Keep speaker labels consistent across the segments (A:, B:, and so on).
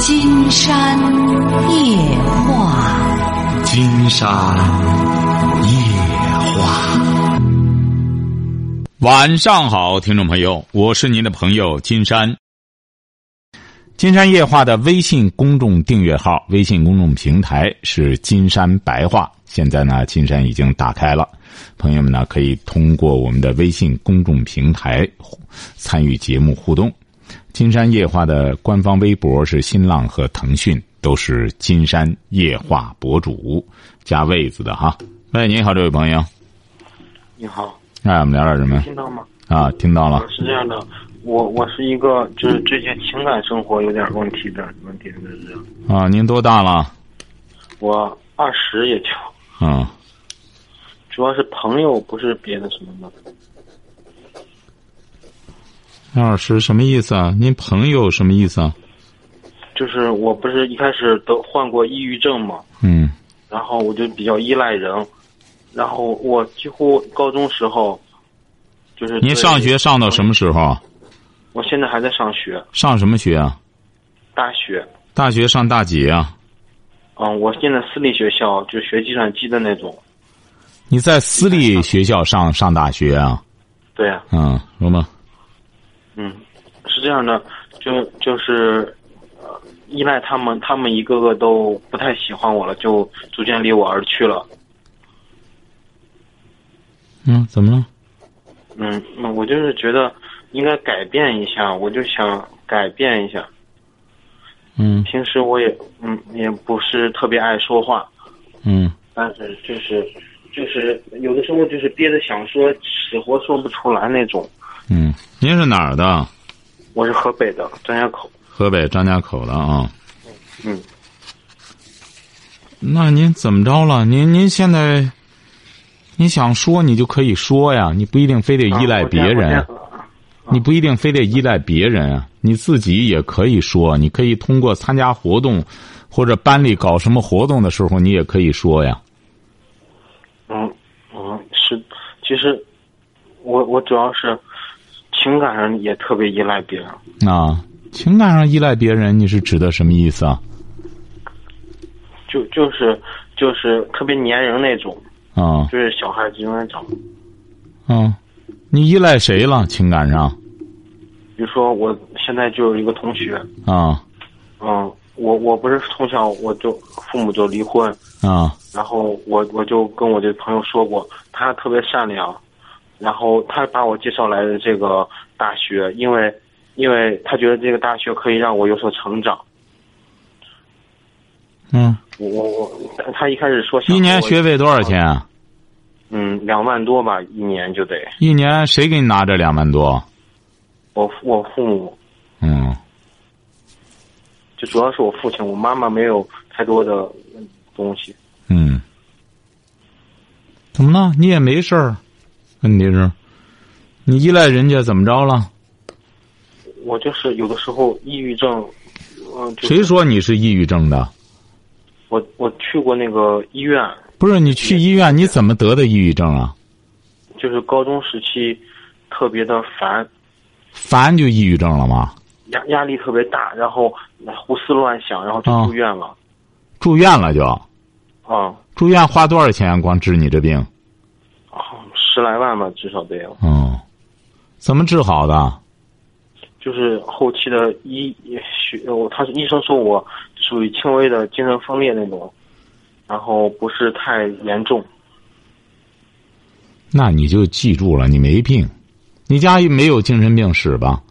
A: 金山夜话，
B: 金山夜话。晚上好，听众朋友，我是您的朋友金山。金山夜话的微信公众订阅号、微信公众平台是“金山白话”。现在呢，金山已经打开了，朋友们呢可以通过我们的微信公众平台参与节目互动。金山夜话的官方微博是新浪和腾讯，都是金山夜话博主加位子的哈。喂，你好，这位朋友。
C: 你好。
B: 哎，我们聊点什么？
C: 听到吗？呃
B: 啊，听到了。
C: 是这样的。我我是一个就是最近情感生活有点问题的问题的人。
B: 啊，您多大了？
C: 我二十也就。
B: 嗯。
C: 主要是朋友，不是别的什么的。
B: 二十什么意思啊？您朋友什么意思啊？
C: 就是我不是一开始都患过抑郁症嘛。
B: 嗯。
C: 然后我就比较依赖人，然后我几乎高中时候，就是
B: 您上学上到什么时候？
C: 我现在还在上学。
B: 上什么学啊？
C: 大学。
B: 大学上大几啊？
C: 嗯，我现在私立学校，就学计算机的那种。
B: 你在私立学校上上大学啊？
C: 对呀、
B: 啊。嗯，什么？
C: 嗯，是这样的，就就是、呃、依赖他们，他们一个个都不太喜欢我了，就逐渐离我而去了。
B: 嗯，怎么了？
C: 嗯，那我就是觉得应该改变一下，我就想改变一下。
B: 嗯，
C: 平时我也嗯也不是特别爱说话，
B: 嗯，
C: 但是就是就是有的时候就是憋着想说，死活说不出来那种。
B: 嗯，您是哪儿的？
C: 我是河北的张家口。
B: 河北张家口的啊。
C: 嗯。
B: 那您怎么着了？您您现在，你想说你就可以说呀，你不一定非得依赖别人。
C: 啊
B: 你不一定非得依赖别人啊，你自己也可以说，你可以通过参加活动，或者班里搞什么活动的时候，你也可以说呀。
C: 嗯嗯，是，其实我我主要是情感上也特别依赖别人。
B: 啊，情感上依赖别人，你是指的什么意思啊？
C: 就就是就是特别粘人那种。
B: 啊。
C: 就是小孩子永远长。
B: 嗯。你依赖谁了？情感上？
C: 比如说，我现在就有一个同学
B: 啊，
C: 嗯，我我不是从小我就父母就离婚
B: 啊，
C: 然后我我就跟我这朋友说过，他特别善良，然后他把我介绍来的这个大学，因为因为他觉得这个大学可以让我有所成长。
B: 嗯，
C: 我我我，他一开始说
B: 一年学费多少钱啊？
C: 嗯，两万多吧，一年就得。
B: 一年谁给你拿这两万多？
C: 我我父母。
B: 嗯。
C: 就主要是我父亲，我妈妈没有太多的东西。
B: 嗯。怎么了？你也没事儿，问题是，你依赖人家怎么着了？
C: 我就是有的时候抑郁症，嗯、呃。
B: 谁说你是抑郁症的？
C: 我我去过那个医院。
B: 不是你去医院，你怎么得的抑郁症啊？
C: 就是高中时期，特别的烦，
B: 烦就抑郁症了吗？
C: 压压力特别大，然后胡思乱想，然后
B: 啊
C: 就住院了。哦、
B: 住院了就？
C: 啊、嗯。
B: 住院花多少钱？光治你这病？
C: 哦，十来万吧，至少得有。
B: 哦，怎么治好的？
C: 就是后期的医学，呃他是医生说我属于轻微的精神分裂那种。然后不是太严重，
B: 那你就记住了，你没病，你家没有精神病史吧？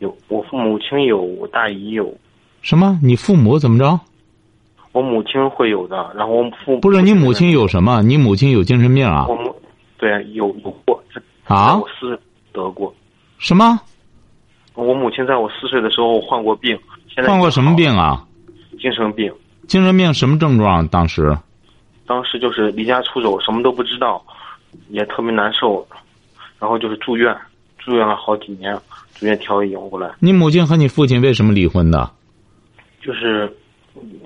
C: 有，我父母亲有，我大姨有。
B: 什么？你父母怎么着？
C: 我母亲会有的，然后我父
B: 不是你母亲有什么？你母亲有精神病啊？
C: 我母对有有过
B: 啊，
C: 我四得过
B: 什么？
C: 我母亲在我四岁的时候患过病，现在
B: 患过什么病啊？
C: 精神病。
B: 精神病什么症状？当时，
C: 当时就是离家出走，什么都不知道，也特别难受，然后就是住院，住院了好几年，住院调养过来。
B: 你母亲和你父亲为什么离婚的？
C: 就是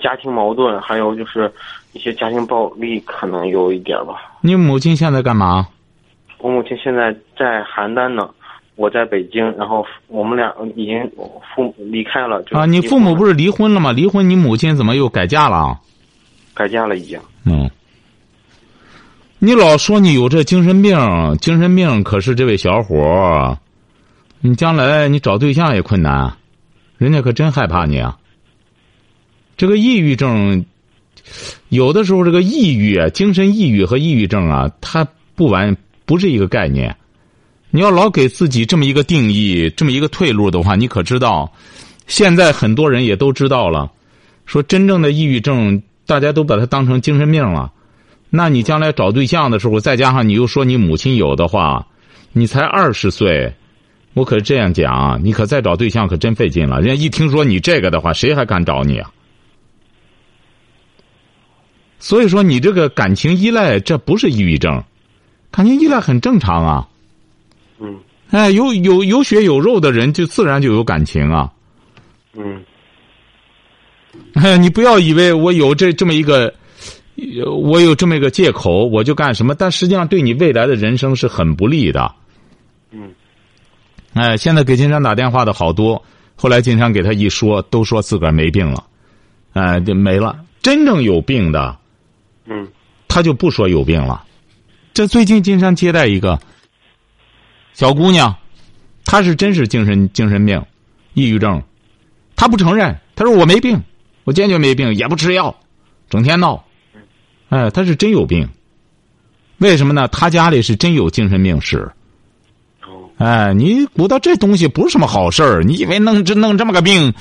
C: 家庭矛盾，还有就是一些家庭暴力，可能有一点吧。
B: 你母亲现在干嘛？
C: 我母亲现在在邯郸呢，
D: 我在北京，然后我们俩已经父母离开了。就
B: 啊，你父母不
D: 是
B: 是离婚了吗？离婚，你母亲怎么又改嫁了啊？
D: 改嫁了已经？
B: 嗯，你老说你有这精神病，精神病可是这位小伙儿，啊你将来你找对象也困难，人家可真害怕你啊。这个抑郁症，有的时候这个抑郁啊，精神抑郁和抑郁症啊，它不完不是一个概念。你要老给自己这么一个定义，这么一个退路的话，你可知道，现在很多人也都知道了。说真正的抑郁症，大家都把它当成精神病了。那你将来找对象的时候，再加上你又说你母亲有的话，你才二十岁，我可是这样讲啊，你可再找对象可真费劲了。人家一听说你这个的话，谁还敢找你啊？所以说，你这个感情依赖，这不是抑郁症，感情依赖很正常啊。
D: 嗯
B: 哎，有有有血有肉的人，就自然就有感情啊。
D: 嗯
B: 哎， 你不要以为我有这这么一个，呃我有这么一个借口，我就干什么？但实际上对你未来的人生是很不利的。
D: 嗯
B: 哎，现在给金山打电话的好多，后来金山给他一说，都说自个儿没病了，哎，就没了。真正有病的，
D: 嗯
B: 他就不说有病了。这最近金山接待一个小姑娘，她是真是精神精神病，抑郁症，她不承认，她说我没病，我坚决没病，也不吃药，整天闹，哎，她是真有病。为什么呢？她家里是真有精神病史，
D: 哦
B: 哎，你鼓捣这东西不是什么好事儿。你以为弄这弄这么个病，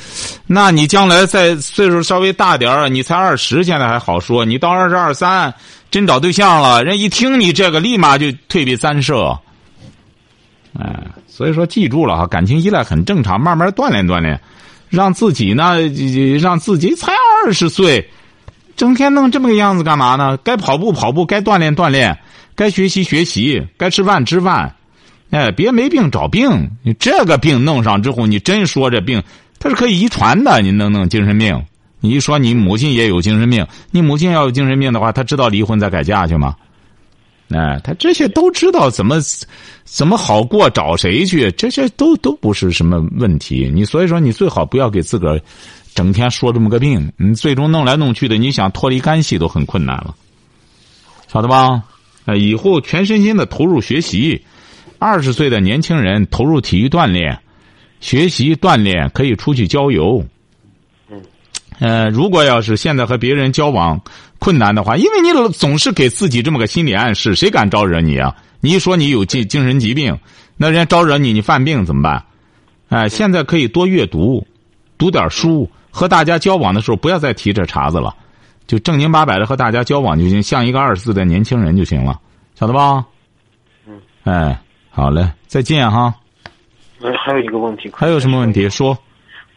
B: 那你将来再岁数稍微大点儿，你才二十，现在还好说。你到二十二三，真找对象了，人一听你这个，立马就退避三舍。哎，所以说记住了哈，感情依赖很正常，慢慢锻炼锻炼，让自己呢，呃让自己才二十岁，整天弄这么个样子干嘛呢？该跑步跑步，该锻炼锻炼，该学习学习，该吃饭吃饭。哎，别没病找病，你这个病弄上之后，你真说这病它是可以遗传的，你弄弄精神病。你一说你母亲也有精神病，你母亲要有精神病的话，她知道离婚再改嫁去吗？哎，她这些都知道怎么怎么好过，找谁去？这些都都不是什么问题。你所以说，你最好不要给自个儿整天说这么个病，你最终弄来弄去的，你想脱离干系都很困难了，晓得吧？哎，以后全身心的投入学习。二十岁的年轻人投入体育锻炼、学习锻炼，可以出去郊游。
D: 嗯，
B: 呃，如果要是现在和别人交往困难的话，因为你老总是给自己这么个心理暗示，谁敢招惹你啊？你一说你有精精神疾病，那人家招惹你，你犯病怎么办？哎、现在可以多阅读，读点书，
D: 嗯
B: 和大家交往的时候不要再提这茬子了，就正经八百的和大家交往就行，像一个二十岁的年轻人就行了，晓得吧？
D: 嗯。
B: 哎，好嘞，再见哈。
D: 呃还有一个问题，
B: 还有什么问？题说？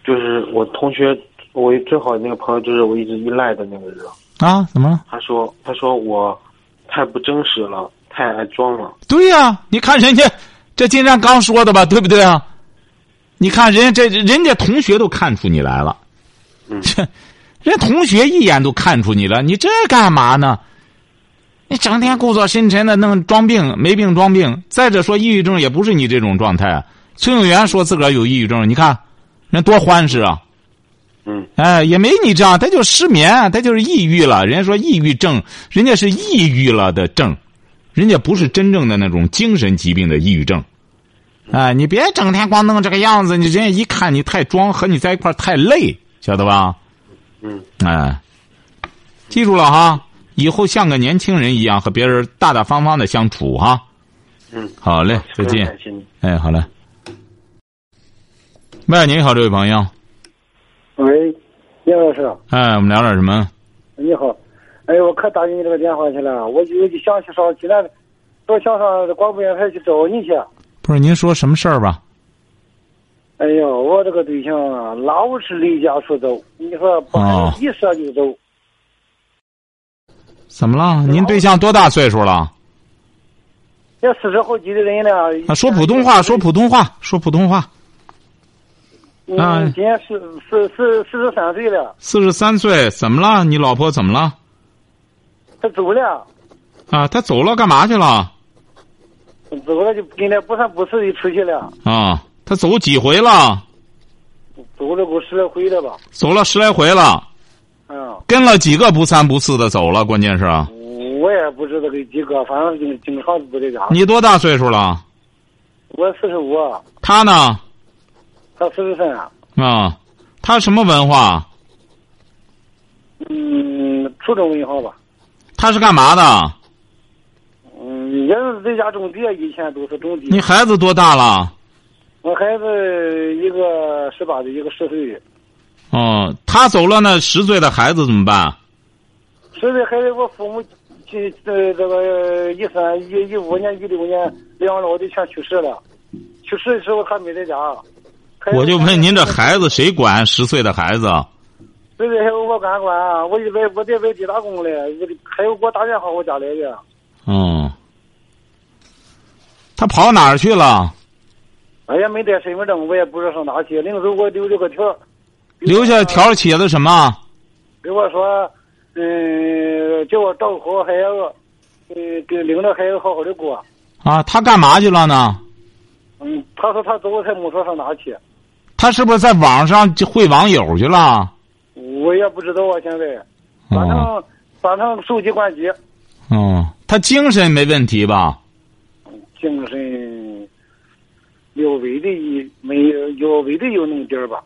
D: 就是我同学，我最好的那个朋友，就是我一直依赖的那个人。
B: 啊，怎么了？
D: 他说：“他说我太不真实了，太爱装了。
B: 对呀、你看人家这金山刚说的吧，对不对啊？你看人家这人家同学都看出你来了，
D: 嗯
B: 这人家同学一眼都看出你了，你这干嘛呢？你整天故作深沉的弄装病，没病装病。再者说，抑郁症也不是你这种状态。啊崔永元说自个儿有抑郁症，你看人多欢实啊。
D: 嗯
B: 哎，也没你这样，他就失眠，他就是抑郁了。人家说抑郁症，人家是抑郁了的症，人家不是真正的那种精神疾病的抑郁症。哎，你别整天光弄这个样子，你人家一看你太装，和你在一块儿太累，晓得吧？
D: 嗯
B: 哎，记住了哈，以后像个年轻人一样和别人大大方方的相处哈。
D: 嗯，
B: 好嘞，再
D: 非常
B: 见。
D: 感谢你。
B: 哎，好嘞。喂，你好，这位朋友。
C: 喂，叶老师，
B: 哎，我们聊点什么？
C: 你好。哎，我可打进你这个电话去了，我就就想去上济南，我想上广播电台去找你去。
B: 不是您说什么事儿吧？
C: 哎呀，我这个对象啊，老是离家出走，你说不
B: 哦
C: 一说就走，
B: 怎么了？您对象多大岁数了？
C: 也四十好几的人了。
B: 啊，说普通话，说普通话，说普通话。啊
C: 嗯，今年四四四四十三岁了，
B: 四十三岁，怎么了？你老婆怎么了？
C: 他走了，
B: 啊，她走了，干嘛去了？
C: 走了就跟那不三不四的出去了，
B: 啊，他走几回了？
C: 走了够十来回了吧？
B: 走了十来回了，
C: 嗯，
B: 跟了几个不三不四的走了，关键是
C: 我也不知道给几个，反正经经常不在家。
B: 你多大岁数了？
C: 我四十五，啊
B: 他呢？
C: 他四十三，
B: 啊，他什么文化？
C: 嗯，初中文化吧，
B: 他是干嘛的？
C: 嗯，也是在家种地，以前都是种
B: 你
C: 地。
B: 孩子多大了？
C: 我孩子一个十八的，一个十岁的。
B: 哦，他走了，那十岁的孩子怎么办？
C: 实在还是我父母去这这个呃一三一一五年一六年两老的全去世了，去世的时候他没在家。还有
B: 我就问您，这孩子谁管？十岁的孩子，
C: 实在还有我管管，我一外我在外地打工嘞，我的还有给我打电话我家来的，
B: 嗯，他跑哪儿去了？
C: 俺哎也没带身份证，我也不知道上哪去。临走给我留了个条儿，
B: 留下条儿写的什么？
C: 给我说，嗯，叫我照顾好孩子，嗯，给领着孩子好好的过。
B: 啊，他干嘛去了呢？
C: 嗯，他说他走，他没说上哪去，
B: 他是不是在网上就会网友去了？
C: 我也不知道啊，现在。反
B: 哦，
C: 正反正手机关机，
B: 哦，他精神没问题吧？
C: 精神略微的一没有略微的有那么点儿吧。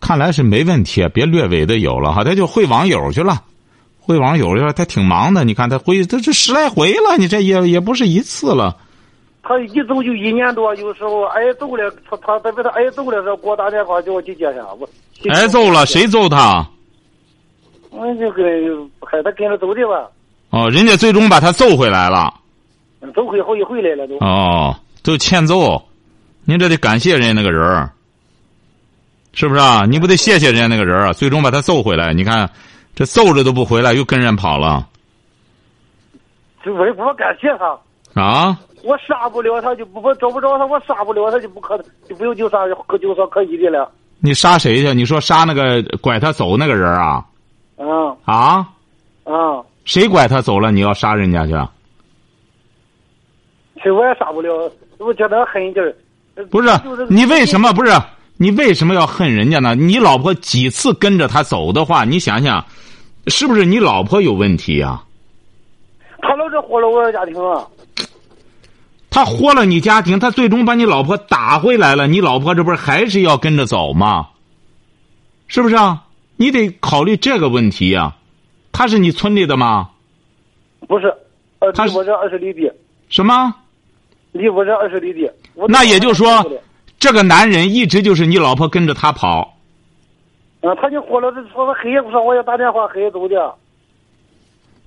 B: 看来是没问题，啊别略微的有了哈，他就会网友去了，会网友去了，他挺忙的。你看他回他这十来回了，你这也也不是一次了。
C: 他一走就一年多，有时候挨揍了，他他他被他挨揍了，这给我打电话叫我去接他，我
B: 挨哎揍了，？谁揍他？
C: 我就跟喊他跟着走的吧，
B: 哦，人家最终把他揍回来了。
C: 走回好几回来了都。
B: 哦，都欠揍，您这得感谢人家那个人儿，是不是啊？你不得谢谢人家那个人儿啊？最终把他揍回来。你看，这揍着都不回来，又跟人跑了
C: 就我我感谢他，
B: 啊？
C: 我杀不了他就不我找不着他，我杀不了他就不可就不用就杀可就说可以的了。
B: 你杀谁去？你说杀那个拐他走那个人儿啊？
C: 嗯
B: 啊？
C: 嗯，
B: 谁拐他走了？你要杀人家去啊？
C: 其实我也杀不了，我觉得狠劲儿。
B: 不是
C: 呃就是
B: 你为什么不是你为什么要恨人家呢？你老婆几次跟着他走的话，你想想，是不是你老婆有问题啊？
C: 他老是祸了我的家庭啊！
B: 他豁了你家庭，他最终把你老婆打回来了，你老婆这不是还是要跟着走吗？是不是啊？你得考虑这个问题呀、他是你村里的吗？
C: 不是，呃，
B: 他
C: 离
B: 是
C: 我这二十里地，
B: 什么？
C: 离我这二十里地。我
B: 那也就是说这个男人一直就是你老婆跟着他跑，
C: 嗯，他就火了，这说他黑夜不上，我也打电话黑夜走的。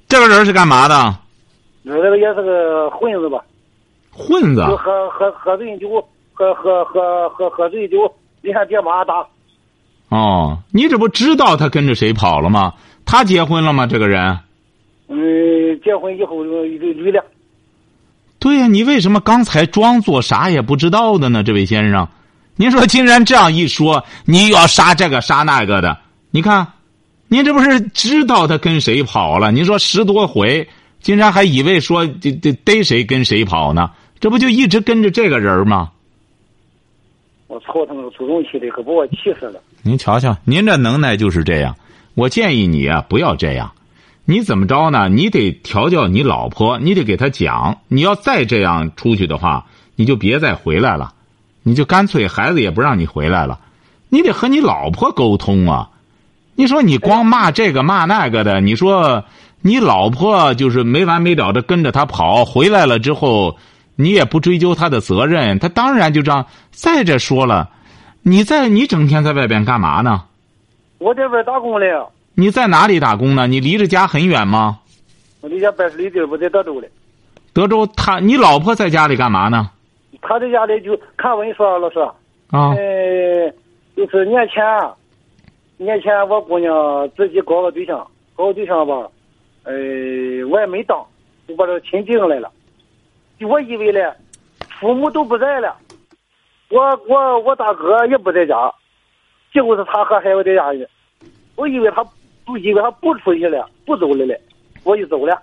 B: 这个人是干嘛的？
C: 那这个也是个混子吧，
B: 混子
C: 就喝喝喝醉酒，喝喝喝喝喝醉酒，你看爹妈打，
B: 哦！你这不知道他跟着谁跑了吗？他结婚了吗？这个人？
C: 嗯，结婚以后就就离了。
B: 对呀、你为什么刚才装作啥也不知道的呢？这位先生，您说竟然这样一说，你又要杀这个杀那个的，你看，您这不是知道他跟谁跑了？您说十多回，竟然还以为说这这逮谁跟谁跑呢？这不就一直跟着这个人吗？
C: 我操他妈，祖宗气的，可把我气死了。
B: 您瞧瞧，您这能耐就是这样。我建议你啊，不要这样。你怎么着呢？你得调教你老婆，你得给她讲，你要再这样出去的话，你就别再回来了，你就干脆孩子也不让你回来了。你得和你老婆沟通啊。你说你光骂这个骂那个的，你说你老婆就是没完没了的跟着他跑，回来了之后，你也不追究他的责任，他当然就这样。再者说了。你在你整天在外边干嘛呢？
C: 我在外打工嘞，
B: 你在哪里打工呢？你离着家很远吗？
C: 我离家百十里地，我在德州嘞。
B: 德州他，你老婆在家里干嘛呢？
C: 他在家里就看我跟你说啊，老师。
B: 啊，
C: 呃，就是年前，年前我姑娘自己搞个对象，搞个对象吧，呃，我也没当，就把这亲定来了。我以为嘞，父母都不在了，我我我大哥也不在家，结果是他和孩子在家里，我以为他不以为他不出去了，不走了嘞，我就走了。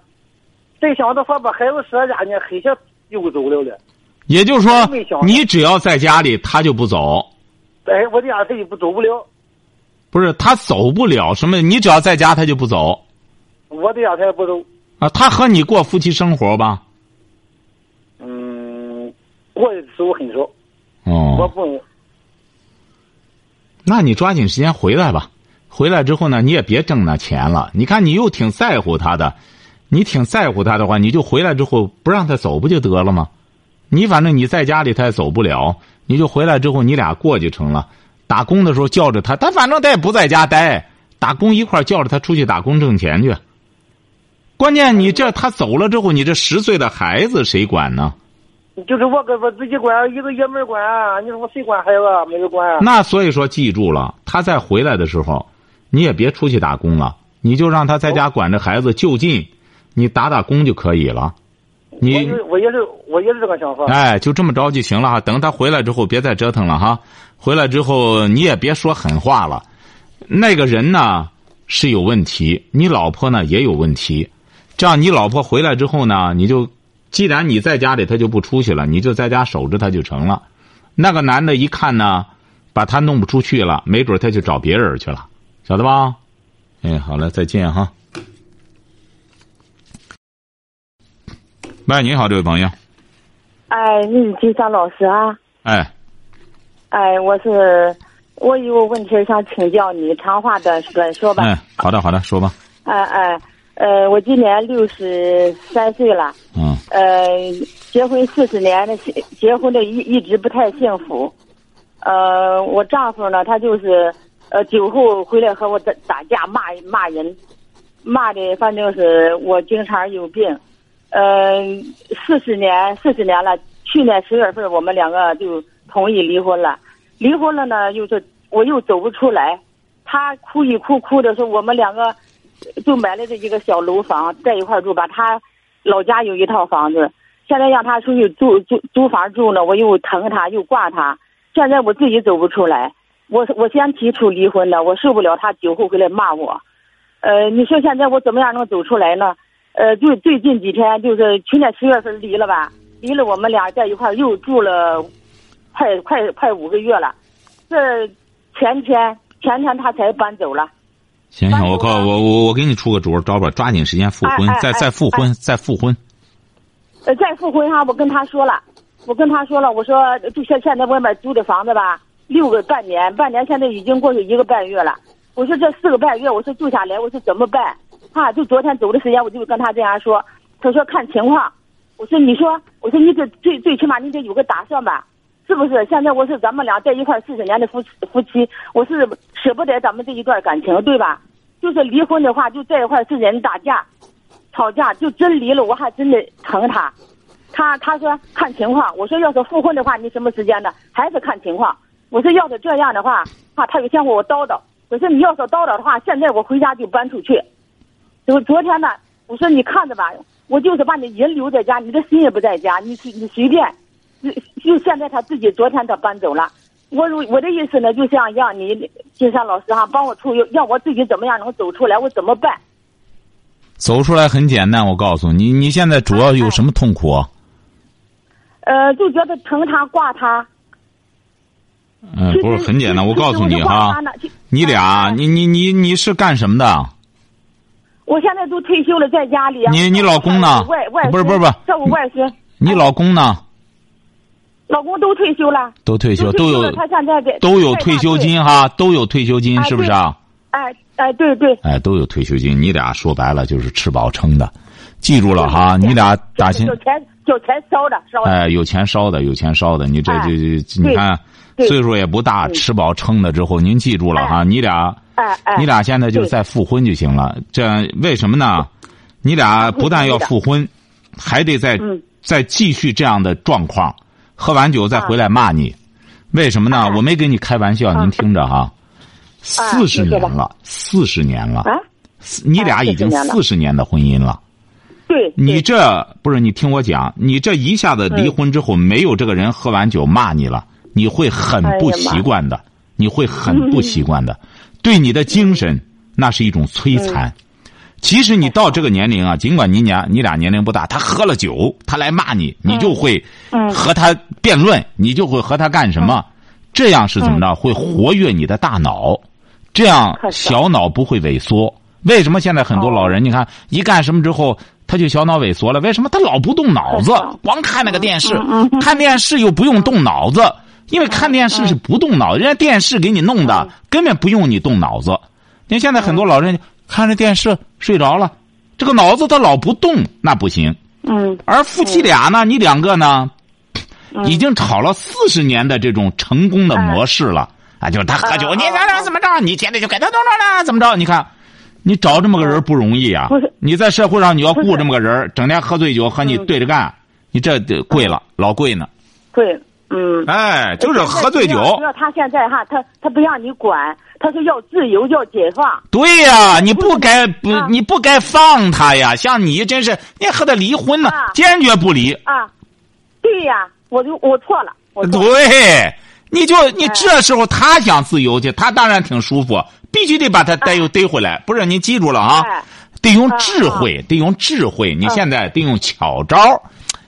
C: 再想着说把孩子舍家呢，黑些又走了了。
B: 也就是说
C: 我没想，到
B: 你只要在家里，他就不走。
C: 哎，我俩他也不走不了，
B: 不是他走不了什么，你只要在家，他就不走
C: 我的俩他也不走。
B: 啊。他和你过夫妻生活吧？
C: 嗯，过的时候很少，我
B: 哦，
C: 不
B: 那你抓紧时间回来吧。回来之后呢，你也别挣那钱了。你看你又挺在乎他的，你挺在乎他的话，你就回来之后不让他走不就得了吗？你反正你在家里他也走不了，你就回来之后你俩过就成了。打工的时候叫着他，他反正他也不在家待，打工一块儿叫着他出去打工挣钱去。关键你这他走了之后，你这十岁的孩子谁管呢？
C: 就是我跟我自己管，一个爷们儿管，你说我谁管孩子？没人管。
B: 那所以说，记住了，他再回来的时候，你也别出去打工了，你就让他在
C: 哦
B: 家管着孩子就近，你打打工就可以了。
C: 我
B: 你
C: 就我也是我也是这个想法。
B: 哎，就这么着就行了哈。等他回来之后，别再折腾了哈。回来之后你也别说狠话了。那个人呢是有问题，你老婆呢也有问题。这样，你老婆回来之后呢，你就既然你在家里，她就不出去了，你就在家守着她就成了。那个男的一看呢，把他弄不出去了，没准他就找别人去了，晓得吧？哎，好了，再见哈。哎喂，你好，这位朋友。
E: 哎，你是金山老师啊？
B: 哎，
E: 哎，我是我有个问题想请教你，长话短短说吧。
B: 嗯，好的，好的，说吧。
E: 哎哎呃，我今年六十三岁了，
B: 嗯，
E: 呃，结婚四十年了，结结婚的一一直不太幸福。呃，我丈夫呢，他就是呃酒后回来和我打打架骂骂人，骂的反正是我经常有病。呃，四十年四十年了，去年十月份我们两个就同意离婚了。离婚了呢，又是我又走不出来，他哭一哭哭着说我们两个就买了这一个小楼房在一块儿住吧，他老家有一套房子，现在让他出去租租租房住呢，我又疼他又挂他，现在我自己走不出来，我我先提出离婚的，我受不了他酒后回来骂我，呃，你说现在我怎么样能走出来呢？呃，就最近几天，就是去年十月份离了吧，离了我们俩在一块儿又住了快快快五个月了，这前天前天他才搬走了。
B: 行行，
E: 那
B: 我告
E: 我
B: 我我我给你出个主，招吧，抓紧时间复婚
E: 啊哎，哎
B: 再再
E: 哎
B: 复婚，再复婚。
E: 呃，再复婚哈，我跟他说了，我跟他说了，我说就现现在外面租的房子吧，六个半年，半年现在已经过去一个半月了。我说这四个半月，我说住下来，我说怎么办？啊，就昨天走的时间，我就跟他这样说，他说看情况。我说你说，我说你得最最起码你得有个打算吧，是不是？现在我是咱们俩在一块四十年的夫妻夫妻，我是舍不得咱们这一段感情，对吧？就是离婚的话，就在一块四人打架，吵架，就真离了，我还真的疼他。他他说看情况，我说要是复婚的话，你什么时间呢？还是看情况。我说要是这样的话，啊，他有嫌我我叨叨。我说你要是叨叨的话，现在我回家就搬出去。就昨天呢，我说你看着吧，我就是把你人留在家，你的心也不在家，你随你随便。就就现在他自己昨天他搬走了。我如我的意思呢，就想让你金山老师哈、帮我出，让我自己怎么样能走出来，我怎么办？
B: 走出来很简单，我告诉你，你现在主要有什么痛苦啊？
E: 呃，就觉得疼他挂他。哎
B: 嗯，不是很简单，我告诉你哈，，你俩，你你你你是干什么的？
E: 我现在都退休了，在家里啊。
B: 你你老公呢
E: 外外
B: 不是不是不是
E: 照顾外孙，
B: 你老公呢？
E: 老公都退休了，
B: 都退休，都
E: 都
B: 有
E: 了他现在给
B: 都有退休。金哈，都有退休金，
E: 哎
B: 是不是啊？
E: 哎哎，对对，
B: 哎，都有退休金，你俩说白了就是吃饱撑的，记住了哈，你俩打心
E: 就钱就钱烧的烧的。
B: 哎，有钱烧的，有钱烧的，你这
E: 哎
B: 就就你
E: 对
B: 看，
E: 对
B: 岁数也不大，
E: 嗯
B: 吃饱撑的之后，您记住了哈，你俩
E: 哎哎，
B: 你俩现在就是
E: 对
B: 再复婚就行了。这样为什么呢？你俩不但要复婚，还得再
E: 嗯
B: 再继续这样的状况，喝完酒再回来骂你，为什么呢
E: 哎？啊
B: 我没跟你开玩笑，您听着哈，四十
E: 你说
B: 年
E: 吧
B: 了，四十年了，
E: 啊，
B: 你俩已经
E: 40年了
B: 四十年的婚姻了。
E: 对，
B: 你
E: 对嗯
B: 这不是你听我讲，你这一下子离婚之后，没有这个人喝完酒骂你了，你会很
E: 哎
B: 不习惯的，
E: 嗯
B: 你会很不习惯的，对你的精神那是一种摧残。其实你到这个年龄啊，尽管你俩你俩年龄不大，他喝了酒，他来骂你，你就会
E: 嗯
B: 和他辩论，你就会和他干什么？这样是怎么着？会活跃你的大脑，这样
E: 嗯可是
B: 小脑不会萎缩。为什么现在很多
E: 哦
B: 老人，你看一干什么之后，他就小脑萎缩了？为什么他老不动脑子
E: 可是，
B: 光看那个电视
E: 嗯嗯？嗯嗯
B: 看电视又不用动脑子，因为看电视是不动脑，人家电视给你弄的根本不用你动脑子。你看现在很多
E: 嗯
B: 老人看着电视睡着了，这个脑子他老不动，那不行。
E: 嗯
B: 而夫妻俩呢，你两个呢，已经吵了四十年的这种成功的模式了啊，就是他喝酒，
E: 嗯
B: 你
E: 嗯
B: 咋咋
E: 嗯
B: 怎么着，你现在就给他弄着了，怎么着？你看，你找这么个人不容易啊
E: 不是！
B: 你在社会上你要
E: 不是
B: 雇这么个人，整天喝醉酒和你
E: 嗯
B: 对着干，你这得贵了，老贵呢。
E: 对嗯。
B: 哎，就是
E: 现在
B: 喝醉
E: 不
B: 酒
E: 要，不要他现在哈，他他不让你管，他是要自由，要解放。
B: 对呀、你不该不
E: 啊
B: 你不该放他呀！像你真是，你还和他离婚呢
E: 啊，
B: 坚决不离。
E: 啊，对呀、我就我错了，我错了
B: 对，你就你这时候他想自由去，他当然挺舒服，必须得把他逮又逮回来。不是，您记住了啊，
E: 哎嗯
B: 得用智慧，得用智慧。你现在得用巧招儿，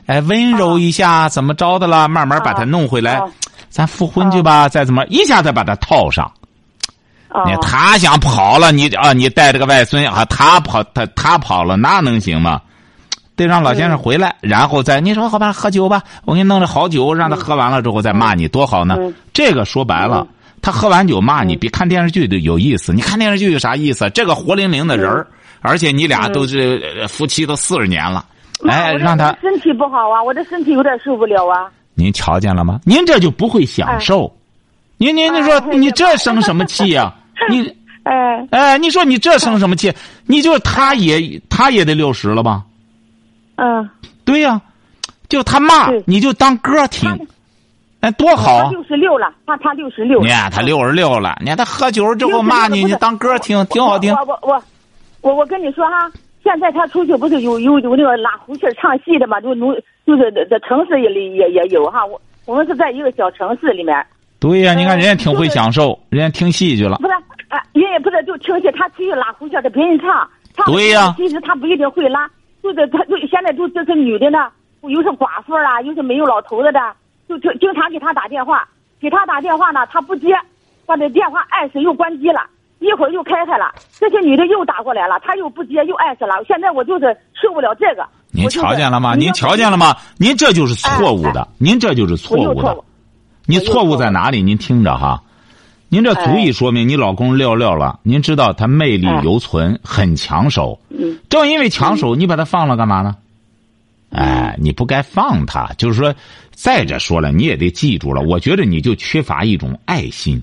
B: 哎，温柔一
E: 嗯
B: 下，怎么着的啦？慢慢把他弄回来
E: 啊，
B: 咱复婚去吧，再怎么一下再把他套上。
E: 啊
B: 你哎他想跑了，你啊，你带着个外孙啊，他跑他他跑了，那能行吗？得让老先生回
E: 嗯
B: 来，然后再你说好吧，喝酒吧，我给你弄着好酒，让他喝完了之后再骂你，多好呢
E: 嗯。
B: 这个说白了，他喝完酒骂你比看电视剧都有意思。你看电视剧有啥意思？这个活灵灵的人儿，
E: 嗯
B: 而且你俩都是呃夫妻都四十年了，
E: 妈
B: 哎，
E: 我这
B: 让他
E: 身体不好啊，我这身体有点受不了啊。
B: 您瞧见了吗？您这就不会享受。您您您说
E: 哎
B: 你这生什么气 呀、你。
E: 哎，
B: 哎，你说你这生什么气？你就是他也他也得六十了吧？
E: 嗯，
B: 对呀、就他骂
E: 对
B: 你就当歌听，哎，多好
E: 他
B: 啊！
E: 六十六了，他他六十六。
B: 你啊看他六十六了，你看他喝酒之后骂你，
E: 不是
B: 你当歌听，挺好听
E: 我。我我我我跟你说哈、现在他出去不是有有有那个拉胡琴儿唱戏的嘛，就农就是在在城市里也也有哈。我我们是在一个小城市里面，
B: 对呀、你看人家挺会
E: 就是
B: 享受，人家听戏去了。
E: 不是啊，人也不是就听去他出去拉胡琴儿给别人唱，唱
B: 对呀
E: 其实他不一定会拉，就是他就现在就这是女的呢，有是寡妇啦，有是没有老头子的，就就经常给他打电话，给他打电话呢，他不接，把这电话按时又关机了，一会儿又开开了，这些女的又打过来了，他又不接又按时了，现在我就是受不了这个。
B: 您
E: 我就是
B: 瞧见了吗？
E: 你
B: 您
E: 要
B: 瞧见了吗？您这就是错误的，您这就是
E: 哎
B: 错
E: 我又
B: 误
E: 错
B: 的
E: 误。，
B: 你
E: 我又
B: 错误
E: 错
B: 在
E: 了
B: 哪里？您听着哈，您这足以说明你老公六六了。您知道他魅力
E: 哎
B: 犹存，很抢手。
E: 嗯
B: 正因为抢手，你把他放了干嘛呢？哎，你不该放他。就是说，再者说了，你也得记住了。我觉得你就缺乏一种爱心。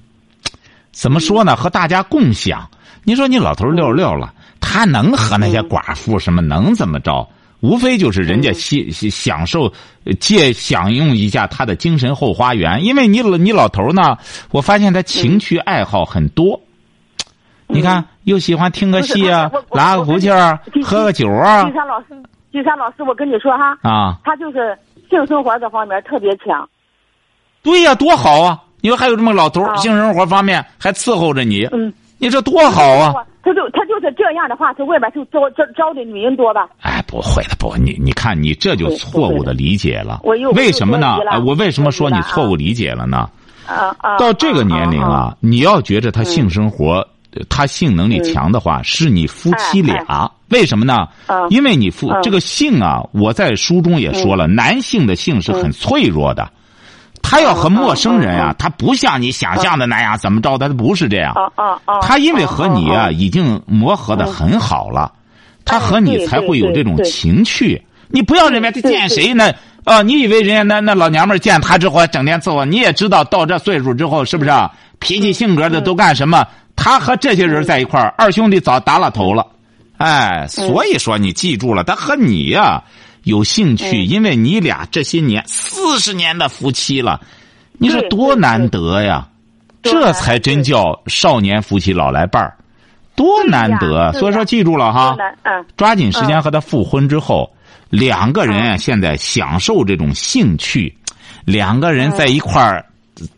B: 怎么
E: 嗯
B: 说呢？和大家共享。你说你老头儿六六了，他能和那
E: 嗯
B: 些寡妇什么能怎么着？无非就是人家享享受呃借享用一下他的精神后花园。因为你老你老头儿呢，我发现他情
E: 嗯
B: 趣爱好很多。你看，又喜欢听个
E: 不是
B: 戏啊
E: 他我，我
B: 拉个
E: 我
B: 胡
E: 跟
B: 琴儿啊
E: 你，
B: 喝个酒啊
E: 金山老师，金山老师，我跟你说哈，
B: 啊。
E: 他就是性生活这方面特别强。
B: 对呀、多好啊！你说还有这么个老头儿，
E: 啊
B: 性生活方面还伺候着你，
E: 嗯，
B: 你这多好啊！
E: 他就他就是这样的话，在外边就招招招的女人多吧？
B: 哎，不会的，不，你你看，你这就
E: 对
B: 错误的理解了。
E: 我又
B: 为什么呢
E: 我又着急？了
B: 哎我为什么说你
E: 着急了啊
B: 错误理解了呢？
E: 啊啊！嗯
B: 到这个年龄啊，你要觉着他性生活、呃他性能力强的话，是你夫妻俩。
E: 哎
B: 为什么呢？
E: 嗯
B: 因为你夫、
E: 嗯
B: 这个性啊，我在书中也说了，男性的性是很脆弱的。他要和陌生人啊，
E: 嗯嗯嗯嗯嗯
B: 他不像你想象的那样怎么着，他不是这样。
E: 啊啊啊！
B: 他因为和你啊
E: 嗯，
B: 已经磨合的很好了，他和
E: 哎
B: 你
E: 对
B: 才
E: 对
B: 会有
E: 对
B: 这种
E: 对嗯
B: 情趣。你不要认为他
E: 对
B: 见
E: 对
B: 谁呢？啊，你以为人家那那老娘们儿见他之后还整天伺候，你也知道到这岁数之后是不是啊？脾气性格的都干什么？他和这些人在一块
E: 嗯
B: 儿，二兄弟早打了头了。哎，所以说你记住了，他和你呀、有兴趣，
E: 嗯
B: 因为你俩这些年四十年的夫妻了，你说
E: 对
B: 多
E: 对
B: 难
E: 对
B: 得呀！
E: 对
B: 这才真叫少年夫妻老来伴儿，多难
E: 对
B: 得！啊
E: 呀
B: 所以说，记住了哈，
E: 嗯
B: 抓紧时间
E: 嗯
B: 和他复婚之后，
E: 嗯
B: 两个人啊现在享受这种兴趣，两个人在一块儿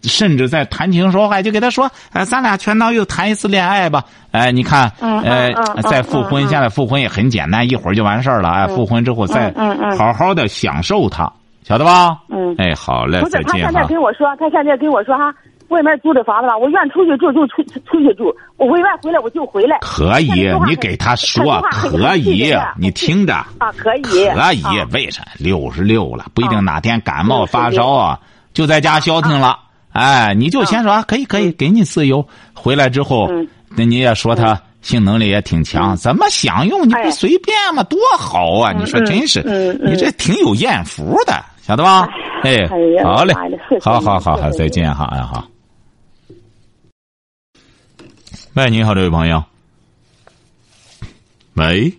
B: 甚至在谈情说爱，就给他说，哎，咱俩全当又谈一次恋爱吧。哎，你看，
E: 嗯
B: 呃
E: 嗯嗯，
B: 再
E: 嗯
B: 复婚，
E: 嗯
B: 现在复婚也很简单，一会儿就完事儿了。哎，复婚之后再
E: 嗯嗯
B: 好好的享受它，晓得吧？
E: 嗯
B: 哎，好嘞
E: 不，
B: 再
E: 是，他
B: 见
E: 现
B: 哈
E: 在。跟我说，他现在跟我说哈，外面租的房子吧，我愿出去住就出出去住，我委外回来我就回来。
B: 可以
E: 他这句，话
B: 你
E: 很
B: 给他
E: 这
B: 说
E: 句话很
B: 可
E: 很气
B: 以
E: 人的，
B: 你听着。
E: 啊，可以，
B: 可以
E: 啊，
B: 为啥？六十六了，不一定
E: 嗯
B: 哪天感冒发烧啊，就在家消停
E: 啊
B: 了。哎，你就先说啊可以可以，给你自由。回来之后
E: 嗯，
B: 那你也说他性能力也挺强，怎么享用你
E: 哎
B: 不随便吗？多好啊！你说真是
E: 嗯，嗯
B: 你这挺有艳福的，晓得吧？哎
E: 哎呀，
B: 好嘞
E: 妈呀谢 谢，
B: 好好好
E: 你
B: 好，
E: 谢谢
B: 再见哈，哎好。喂，你好，这位朋友。喂，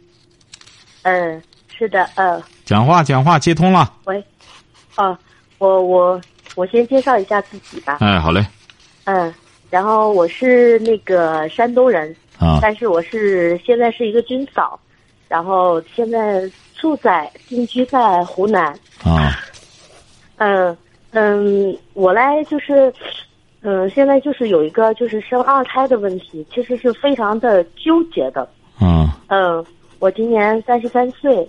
F: 嗯，是的，嗯，
B: 讲话讲话，接通了。
F: 喂，哦，我我我先介绍一下自己吧，
B: 哎，好嘞。
F: 嗯，然后我是那个山东人，
B: 啊，
F: 但是我是现在是一个军嫂，然后现在住在定居在湖南，
B: 啊，
F: 嗯嗯，我嘞就是，嗯，现在就是有一个就是生二胎的问题，其实是非常的纠结的，
B: 嗯
F: 嗯，我今年三十三岁，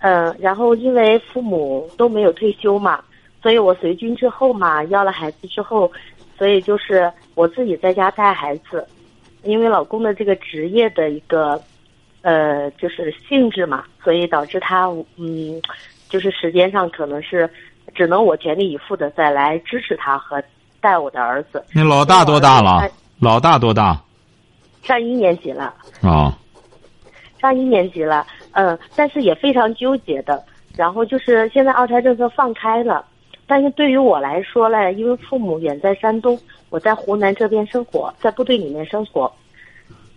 F: 嗯，然后因为父母都没有退休嘛，所以我随军之后嘛，要了孩子之后，所以就是我自己在家带孩子，因为老公的这个职业的一个，呃，就是性质嘛，所以导致他嗯，就是时间上可能是只能我全力以赴的再来支持他和带我的儿子，
B: 你老大多大了
F: 哎？
B: 老大多大？
F: 上一年级了。
B: 啊，
F: 上一年级了，嗯，但是也非常纠结的。然后就是现在二胎政策放开了，但是对于我来说嘞，因为父母远在山东，我在湖南这边生活，在部队里面生活，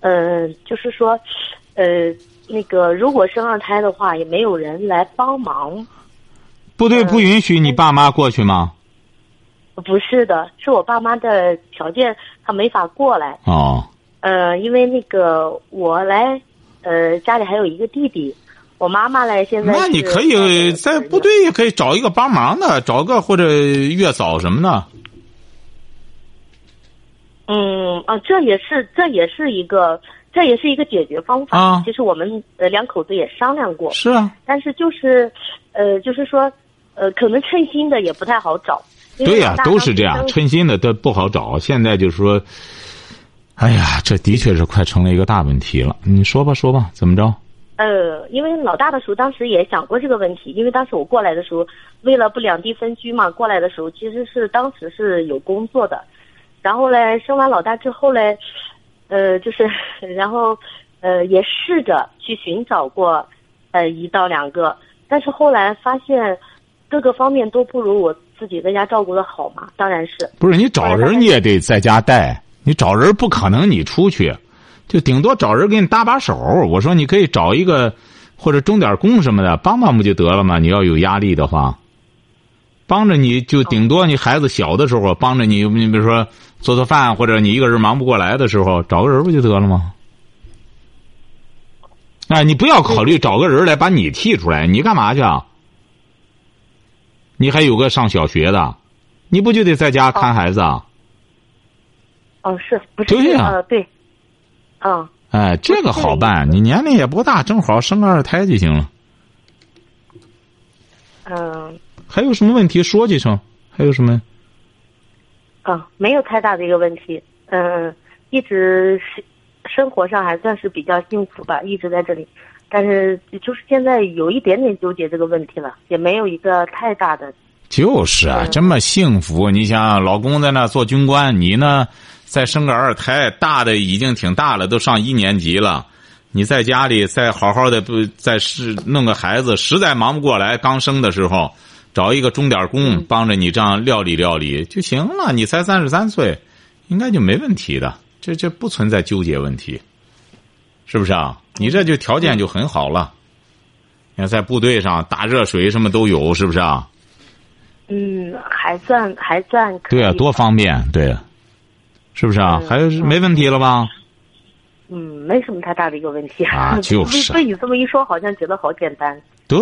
F: 嗯，就是说，呃，那个如果生二胎的话，也没有人来帮忙。
B: 部队不允许你爸妈过去吗？
F: 不是的，是我爸妈的条件，他没法过来。
B: 哦，
F: 呃，因为那个我来，呃，家里还有一个弟弟，我妈妈嘞现在
B: 那你
F: 是
B: 可以在部队也可以找一个帮忙的，找个或者月嫂什么的。
F: 嗯啊，这也是这也是一个这也是一个解决方法。
B: 啊
F: 其实我们呃两口子也商量过，
B: 是啊，
F: 但是就是，呃，就是说，呃，可能称心的也不太好找。因为
B: 对呀、
F: 老大
B: 都是
F: 当时
B: 这样，
F: 生
B: 称心的都不好找。现在就是说，哎呀，这的确是快成了一个大问题了。你说吧，说吧，怎么着？
F: 呃，因为老大的时候，当时也想过这个问题，因为当时我过来的时候，为了不两地分居嘛，过来的时候其实是当时是有工作的，然后嘞，生完老大之后嘞，呃，就是然后呃也试着去寻找过，呃一到两个，但是后来发现各个方面都不如我自己在家照顾的好嘛，当然是，
B: 不是你找人你也得在家带，你找人不可能你出去，就顶多找人给你搭把手。我说你可以找一个或者钟点工什么的帮帮不就得了吗？你要有压力的话，帮着你就顶多你孩子小的时候帮着你，你比如说做做饭或者你一个人忙不过来的时候找个人不就得了吗？哎，你不要考虑找个人来把你剔出来，你干嘛去啊？你还有个上小学的，你不就得在家看孩子啊？
F: 嗯，是不是？
B: 对呀
F: 呃，对，嗯。
B: 哎，这个好办，你年龄也不大，正好生个二胎就行了。
F: 嗯
B: 还有什么问题说几声？还有什么？
F: 啊，没有太大的一个问题。嗯，一直是生活上还算是比较幸福吧，一直在这里。但是就是现在有一点点纠结这个问题了，也没有一个太大的。
B: 就是啊，这么幸福，你想想，老公在那做军官，你呢再生个二胎，大的已经挺大了，都上一年级了。你在家里再好好的不再是弄个孩子，实在忙不过来，刚生的时候，找一个钟点工帮着你这样料理料理就行了。你才三十三岁，应该就没问题的，这这不存在纠结问题，是不是啊？你这就条件就很好了。你看在部队上打热水什么都有，是不是啊？
F: 嗯，还算还算可以。
B: 对啊，多方便，对啊，是不是啊？
F: 嗯
B: 还有是没问题了吧？
F: 嗯，没什么太大的一个问题
B: 啊就是
F: 被被你这么一说，好像觉得好简单。
B: 对，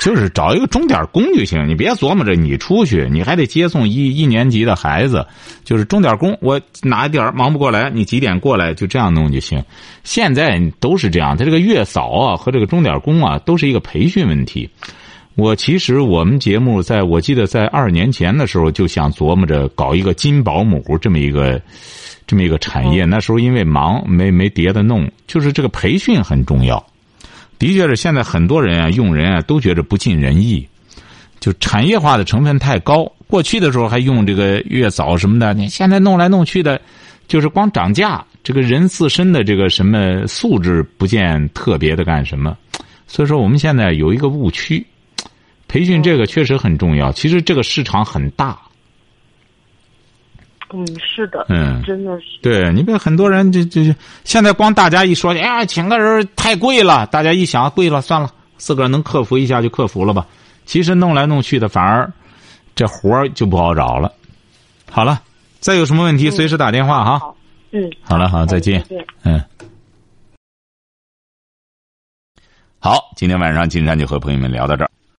B: 就是找一个钟点工就行，你别琢磨着你出去，你还得接送一一年级的孩子，就是钟点工，我哪点儿忙不过来，你几点过来，就这样弄就行。现在都是这样，他这个月嫂啊和这个钟点工啊都是一个培训问题。我其实我们节目在我记得在二年前的时候就想琢磨着搞一个金保姆这么一个这么一个产业，那时候因为忙没没别的弄，就是这个培训很重要。的确是，现在很多人啊，用人啊，都觉着不尽人意，就产业化的成分太高。过去的时候还用这个月嫂什么的，你现在弄来弄去的，就是光涨价。这个人自身的这个什么素质不见特别的干什么，所以说我们现在有一个误区，培训这个确实很重要。其实这个市场很大，
F: 嗯，是的，
B: 嗯
F: 真的是，
B: 对，你别很多人这这现在光大家一说，哎呀，请个人太贵了，大家一想贵了，算了，自个儿能克服一下就克服了吧。其实弄来弄去的，反而这活儿就不好找了。好了，再有什么问题随时打电话哈。
F: 好嗯，
B: 好了，好，再见。嗯。好，今天晚上金山就和朋友们聊到这儿。